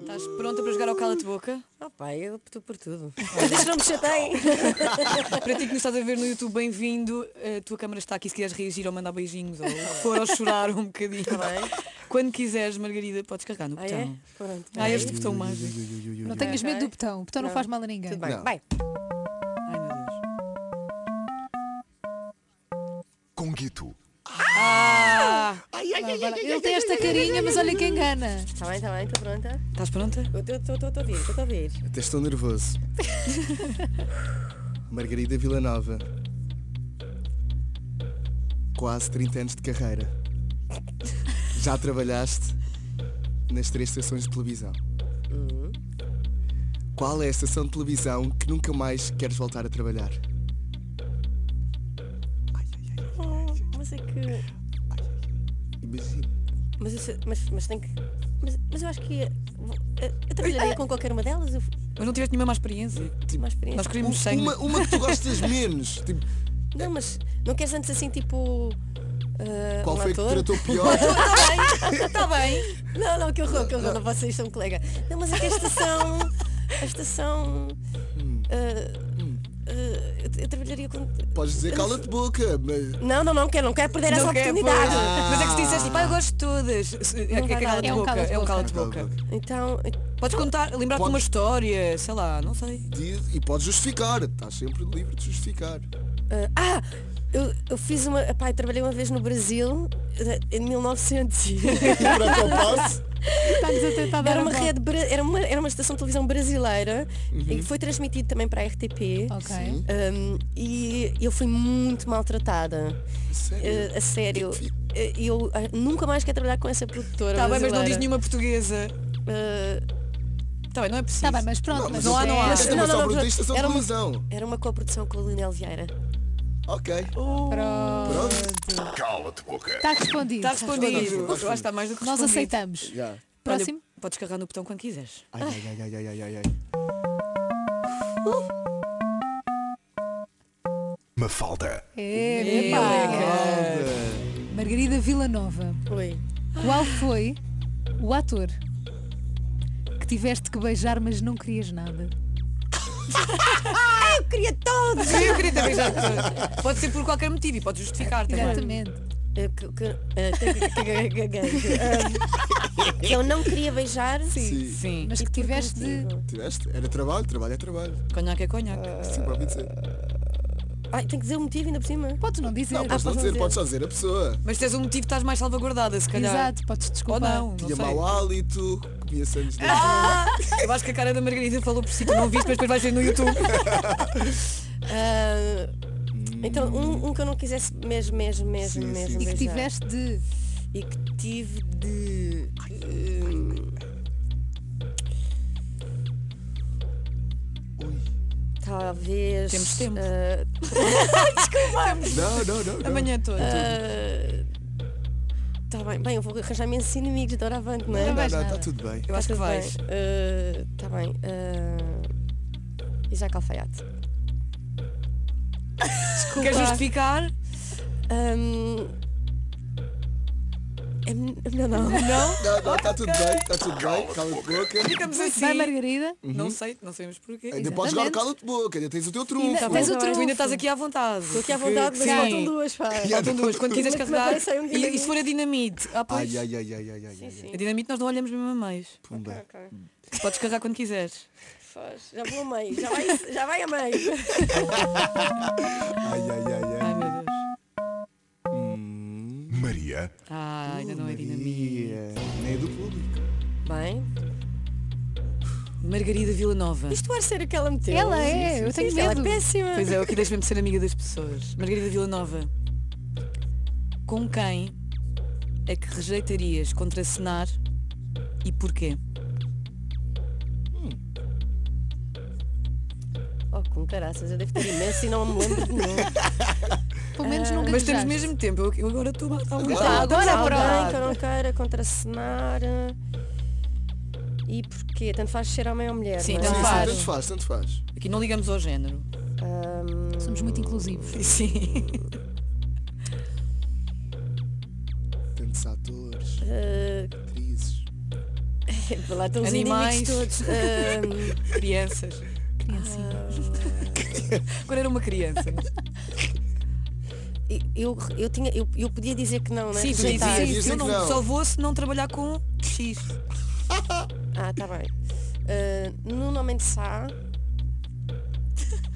Estás pronta para jogar ao cala-te-boca? Oh pá, eu opto por tudo. Vocês não me chateiem. Para ti que nos estás a ver no YouTube, bem-vindo. A tua câmara está aqui se quiseres reagir ou mandar beijinhos ou o que for ou chorar um bocadinho. Quando quiseres, Margarida, podes carregar no Tá Ah, é? Então. botão. Pronto. Ah, este botão mágico. Não tenhas medo do botão. O botão não, Não. faz mal a ninguém. Tudo bem. Não. Vai. Ai, meu Deus. Conguito. Ah! Lá, vai lá. Ele tem esta carinha, mas olha que engana. Está Tá bem, está bem, estou pronta. Estás pronta? Estou a ouvir, estou a ouvir. Até estou nervoso. Margarida Villanova. Quase 30 anos de carreira. Já trabalhaste nas três estações de televisão. Qual é a estação de televisão que nunca mais queres voltar a trabalhar? Ai, ai, ai. Oh, mas é que. Imagina. Mas, eu sei- mas, mas tem que. Mas, mas eu acho que. Eu, eu trabalharia com qualquer uma delas, eu Mas não tiveste nenhuma má experiência? tive mais experiência. Nós queríamos sangue. Um, Uma, uma que tu gostas menos. Tipo, Não, mas não queres antes assim tipo. ah, qual um foi que te ator? tratou pior? Ah, tá Está bem. Não, não, que horror, que horror, não posso ser isto a um colega. Não, mas é que a estação. A estação. Hum. ah, ah, eu, eu trabalharia com. Podes dizer cala-te boca, mas Não, não, não quero, não quero perder essa Não quer, oportunidade. pois. Mas é que se disseste, pá, eu gosto de todas. Se- É, Não que- é vai dar. cala-te É um boca, é um cala-te-boca. cala-te-boca. Então, Podes contar, lembrar-te de uma Podes. história, sei lá, não sei. diz e podes justificar. Estás sempre livre de justificar. Ah, ah, eu, eu fiz uma. Epá, eu trabalhei uma vez no Brasil eh, em 1900. E para que eu passe, Está-nos a tentar dar Era a uma volta. rede bra- era uma, era uma estação de televisão brasileira e foi transmitido também para a RTP. Ok. Um, e eu fui muito maltratada. sério. Eh, a sério. Eh, Eu ah, nunca mais quero trabalhar com essa produtora. Está Tá bem, mas não diz brasileira. nenhuma portuguesa. Eh, Está bem, não é preciso. Está Tá bem, mas é pronto. mas não há, não há. Mas não, também não, só não, perguntei estação de era uma- televisão. era uma coprodução com o Lionel Vieira. Ok. Pronto. Cala-te boca. Está respondido. Está Tá respondido. respondido. Eu acho que está mais do que é Nós respondido. aceitamos. Já. Olha, Próximo. podes carregar no botão quando quiseres. Ai, ai, ai, ai, ai, ai, ai, ai. Uh. Mafalda. É, pá. é Margarida Villanova. Oi. Qual foi o ator que tiveste que beijar, mas não querias nada? Eu queria todos! Eu queria ter beijado todas. Pode ser por qualquer motivo e pode justificar também. Exatamente. Eh, que- que- eh, que- que- que- que- que- que eu não queria beijar. Sim. Sim. Mas que tiveste de. Tiveste? Era trabalho, trabalho é trabalho. Conhaque é conhaque. Sim, para dizer. Ai, tem que dizer o motivo ainda por cima. Podes não Ah, dizer. Não, podes não posso dizer, dizer. podes só dizer a pessoa. Mas tens um motivo que estás mais salvaguardada, se calhar. Exato, podes Ou desculpar. não, não Tinha sei. mau hálito, comia sandes de Eu acho que a cara da Margarida falou por si, tu não viste, mas depois vais ver no YouTube. Ah, então, um, um que eu não quisesse mesmo, mesmo, mesmo, Hum. Sim, sim, mesmo. sim. E que beijar. tiveste de. E que tive de. eh, ah, Talvez. Temos tempo. ah, Não, não, não. não. Amanhã toda. ah, eh, tá bem, bem, eu vou arranjar imensos inimigos de Doravante, não é? Não Não, vais não, está nada. tudo bem. Eu acho que vais. Está tá bem. ah, e já calfaiate. Queres justificar? Ahm, Ah, é men- é melhor não. Não? Não, não, está tudo bem, está tudo bem. Cala-te boca. Ficamos Muito bem, assim. Margarida. Uhum. Não sei, não sabemos porquê. Tá Ainda podes jogar o Exatamente. cala-te boca, ainda tens o teu trunfo. Ainda tens o Tu trunfo. ainda estás aqui à vontade. Estou Aqui à vontade, mas um faltam duas, pá. Faltam duas. Quando quiseres Como é que me carregar. aparece aí um E, e se dinamite? for a dinamite? Ah, pois. Ai, ai, ai, ai, ai, ai, ai. A dinamite nós não olhamos mesmo a mais. Pumba. Ok. Podes carregar quando quiseres. Faz. Já vou a meio, já vai, já vai a meio. Ai, ai, ai, Ai ai. meu Deus. Hum. Maria. Ah, ainda não é dinamite. Nem é do público. Bem, Margarida Villanova. isto vai ser o que ela meteu. Ela é, eu tenho Isto, ela é medo. péssima. Pois é, eu aqui deixo mesmo de ser amiga das pessoas. Margarida Villanova. Com quem é que rejeitarias contracenar e porquê? Oh, com caraças, eu devo ter imenso e não me lembro de nenhum. Pelo menos nunca Ah, Mas temos beijaste. mesmo é tempo. Eu, eu agora estou a matar um Tá, agora Alguém que pronto. eu não queira contracenar. eh, E porquê? Tanto faz ser homem ou mulher. Sim, não é? tanto Sim, faz. sim, tanto faz, tanto faz. Aqui não ligamos ao género. Ahm, Somos muito inclusivos. Sim. Tantos atores, eh, atrizes. Lá estão os Animais. inimigos todos. Eh, Ahm, Crianças. Criancinha. Quando era uma criança. eh, e- eu, eu, tinha, eu, eu podia dizer que não, não é? Sim, sim, Rejeitar. sim, Diz Eu não, que não. só vou se não trabalhar com X. Ah, tá bem. Eh, no Nuno Homem de Sá,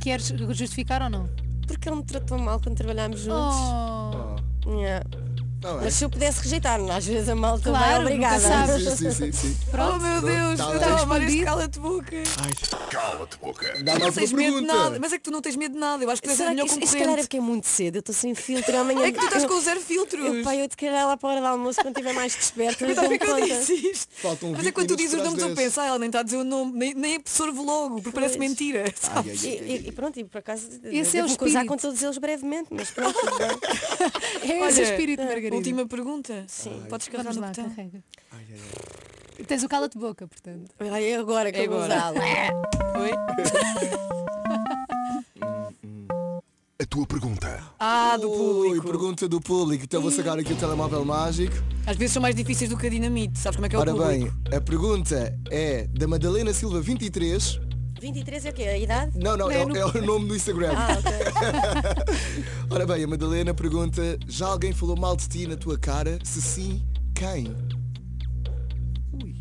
Queres justificar ou não? porque ele me tratou mal quando trabalhámos juntos. Oh, Oh, Yeah. não é? Mas se eu pudesse rejeitar, às vezes a malta Claro, vai nunca obrigada. sabe. Sim, sim, sim, sim. Oh pronto. meu Deus, Tá eu bem. estava a amar este Respondido. cala-te boca. Ai, Cala-te boca. dá Não mais tens uma medo de pergunta. nada, mas é que tu não tens medo de nada. Eu acho que tu és a Será que Ah, melhor isto, isto se calhar é concorrente. porque é muito cedo, eu estou sem filtro amanhã. É que tu estás eu, com zero filtros. eu, pá, eu te calhar lá para a hora do almoço, quando estiver mais desperta, eu Eu também dou-me quando conta. disse isto. Faltam Mas é 20 quando tu minutos dizes os para as nomes, eu 10. penso, ah, ela nem está a dizer o nome, nem, nem absorve logo, porque parece Pois. mentira. Ai, sabes? ai, E, ai, ai, e- e pronto, e por acaso Esse é o devo-me cruzar espírito. com todos eles brevemente, mas pronto, tudo bem. É esse o Olha, ah, espírito, Margarida. Última pergunta. Sim. Podes carregar Vamos no lá, botão. carrega. ai, ai, ai. Tens o cala-te boca, portanto. Ai, é agora que É eu vou agora. usá-lo. Oi? A tua pergunta. Ah, do Ui, público. pergunta do público. Então vou sacar aqui o telemóvel mágico. Às vezes são mais difíceis do que a dinamite, sabes como é que é o Ora público? bem, a pergunta é da Madalena Silva 23. 23 é o quê? A idade? Não, não, é, Não, o- é o nome do Instagram. Ah, ok. Ora bem, a Madalena pergunta, já alguém falou mal de ti na tua cara? Se sim, quem? Ui.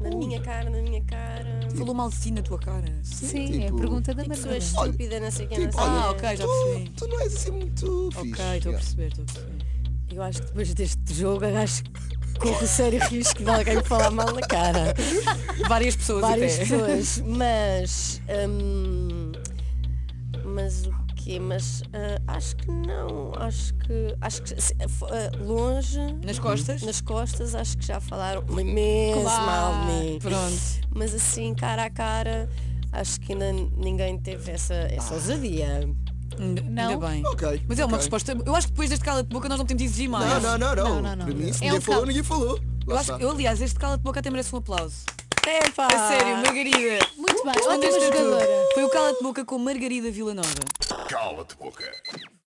Na minha cara, na minha cara. Tipo Falou mal de ti na tua cara. Sim, é a tipo- pergunta da Pessoa Margarida. estúpida, não sei o quê, não Tipo, sei o olha, Ah, quê. ok, já Tu, percebi. tu não és assim muito fixe. Ok, estou a perceber, estou a perceber. Eu acho que depois deste jogo, eu acho que corro sério risco de alguém me falar mal na cara. Várias pessoas Várias até. pessoas. Mas. hum, mas o quê? Mas ah, acho que não. Acho que. Acho que se- ah, longe. Nas costas? Nas costas acho que já falaram imenso Claro. mal de mim. Pronto. Mas assim, cara a cara, acho que ainda ninguém teve essa, essa ousadia. Ainda Não. ainda bem. Ok. Mas é uma ok. resposta. Eu acho que depois deste cala de boca nós não podemos exigir mais. Não, não, não, não. Não, não, não. Para mim, se É ninguém um falou, cabo. ninguém falou. Lá Eu, acho, está. Ah. eu, aliás, este cala de boca até merece um aplauso. Epá! A sério, Margarida. Muito Tipo, bem, é respondeste ótima tudo. jogadora. Foi o cala de boca com Margarida Villanova. Cala-te boca.